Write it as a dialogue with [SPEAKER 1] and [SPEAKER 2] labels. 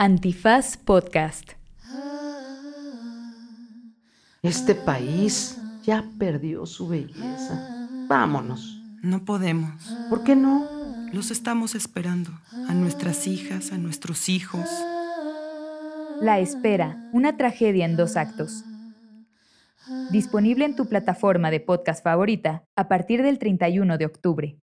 [SPEAKER 1] Antifaz Podcast.
[SPEAKER 2] Este país ya perdió su belleza. Vámonos.
[SPEAKER 3] No podemos.
[SPEAKER 2] ¿Por qué no?
[SPEAKER 3] Los estamos esperando. A nuestras hijas, a nuestros hijos.
[SPEAKER 1] La espera, una tragedia en dos actos. Disponible en tu plataforma de podcast favorita a partir del 31 de octubre.